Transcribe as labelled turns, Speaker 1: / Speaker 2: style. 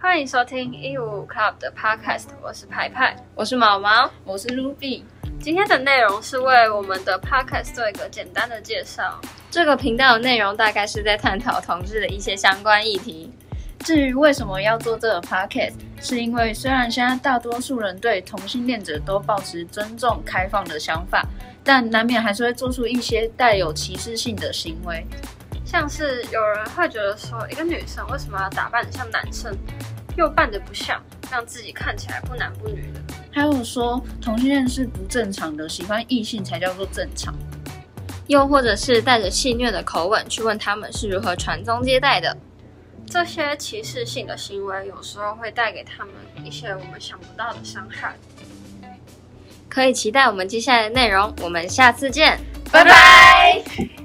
Speaker 1: 欢迎收听一五 Club 的 Podcast，我是派派，我是毛毛。
Speaker 2: 我是 Ruby。
Speaker 1: 今天的内容是为我们的 Podcast 做一个简单的介绍。
Speaker 2: 这个频道的内容大概是在探讨同志的一些相关议题。至于为什么要做这个 podcast，是因为虽然现在大多数人对同性恋者都保持尊重、开放的想法，但难免还是会做出一些带有歧视性的行为。
Speaker 1: 像是有人会觉得说，一个女生为什么要打扮得像男生，又扮得不像，让自己看起来不男不女的？
Speaker 2: 还有说同性恋是不正常的，喜欢异性才叫做正常。又或者是带着戏谑的口吻去问他们是如何传宗接代的。
Speaker 1: 这些歧视性的行为有时候会带给他们一些我们想不到的伤害。
Speaker 2: 可以期待我们接下来的内容，我们下次见，
Speaker 1: 拜拜。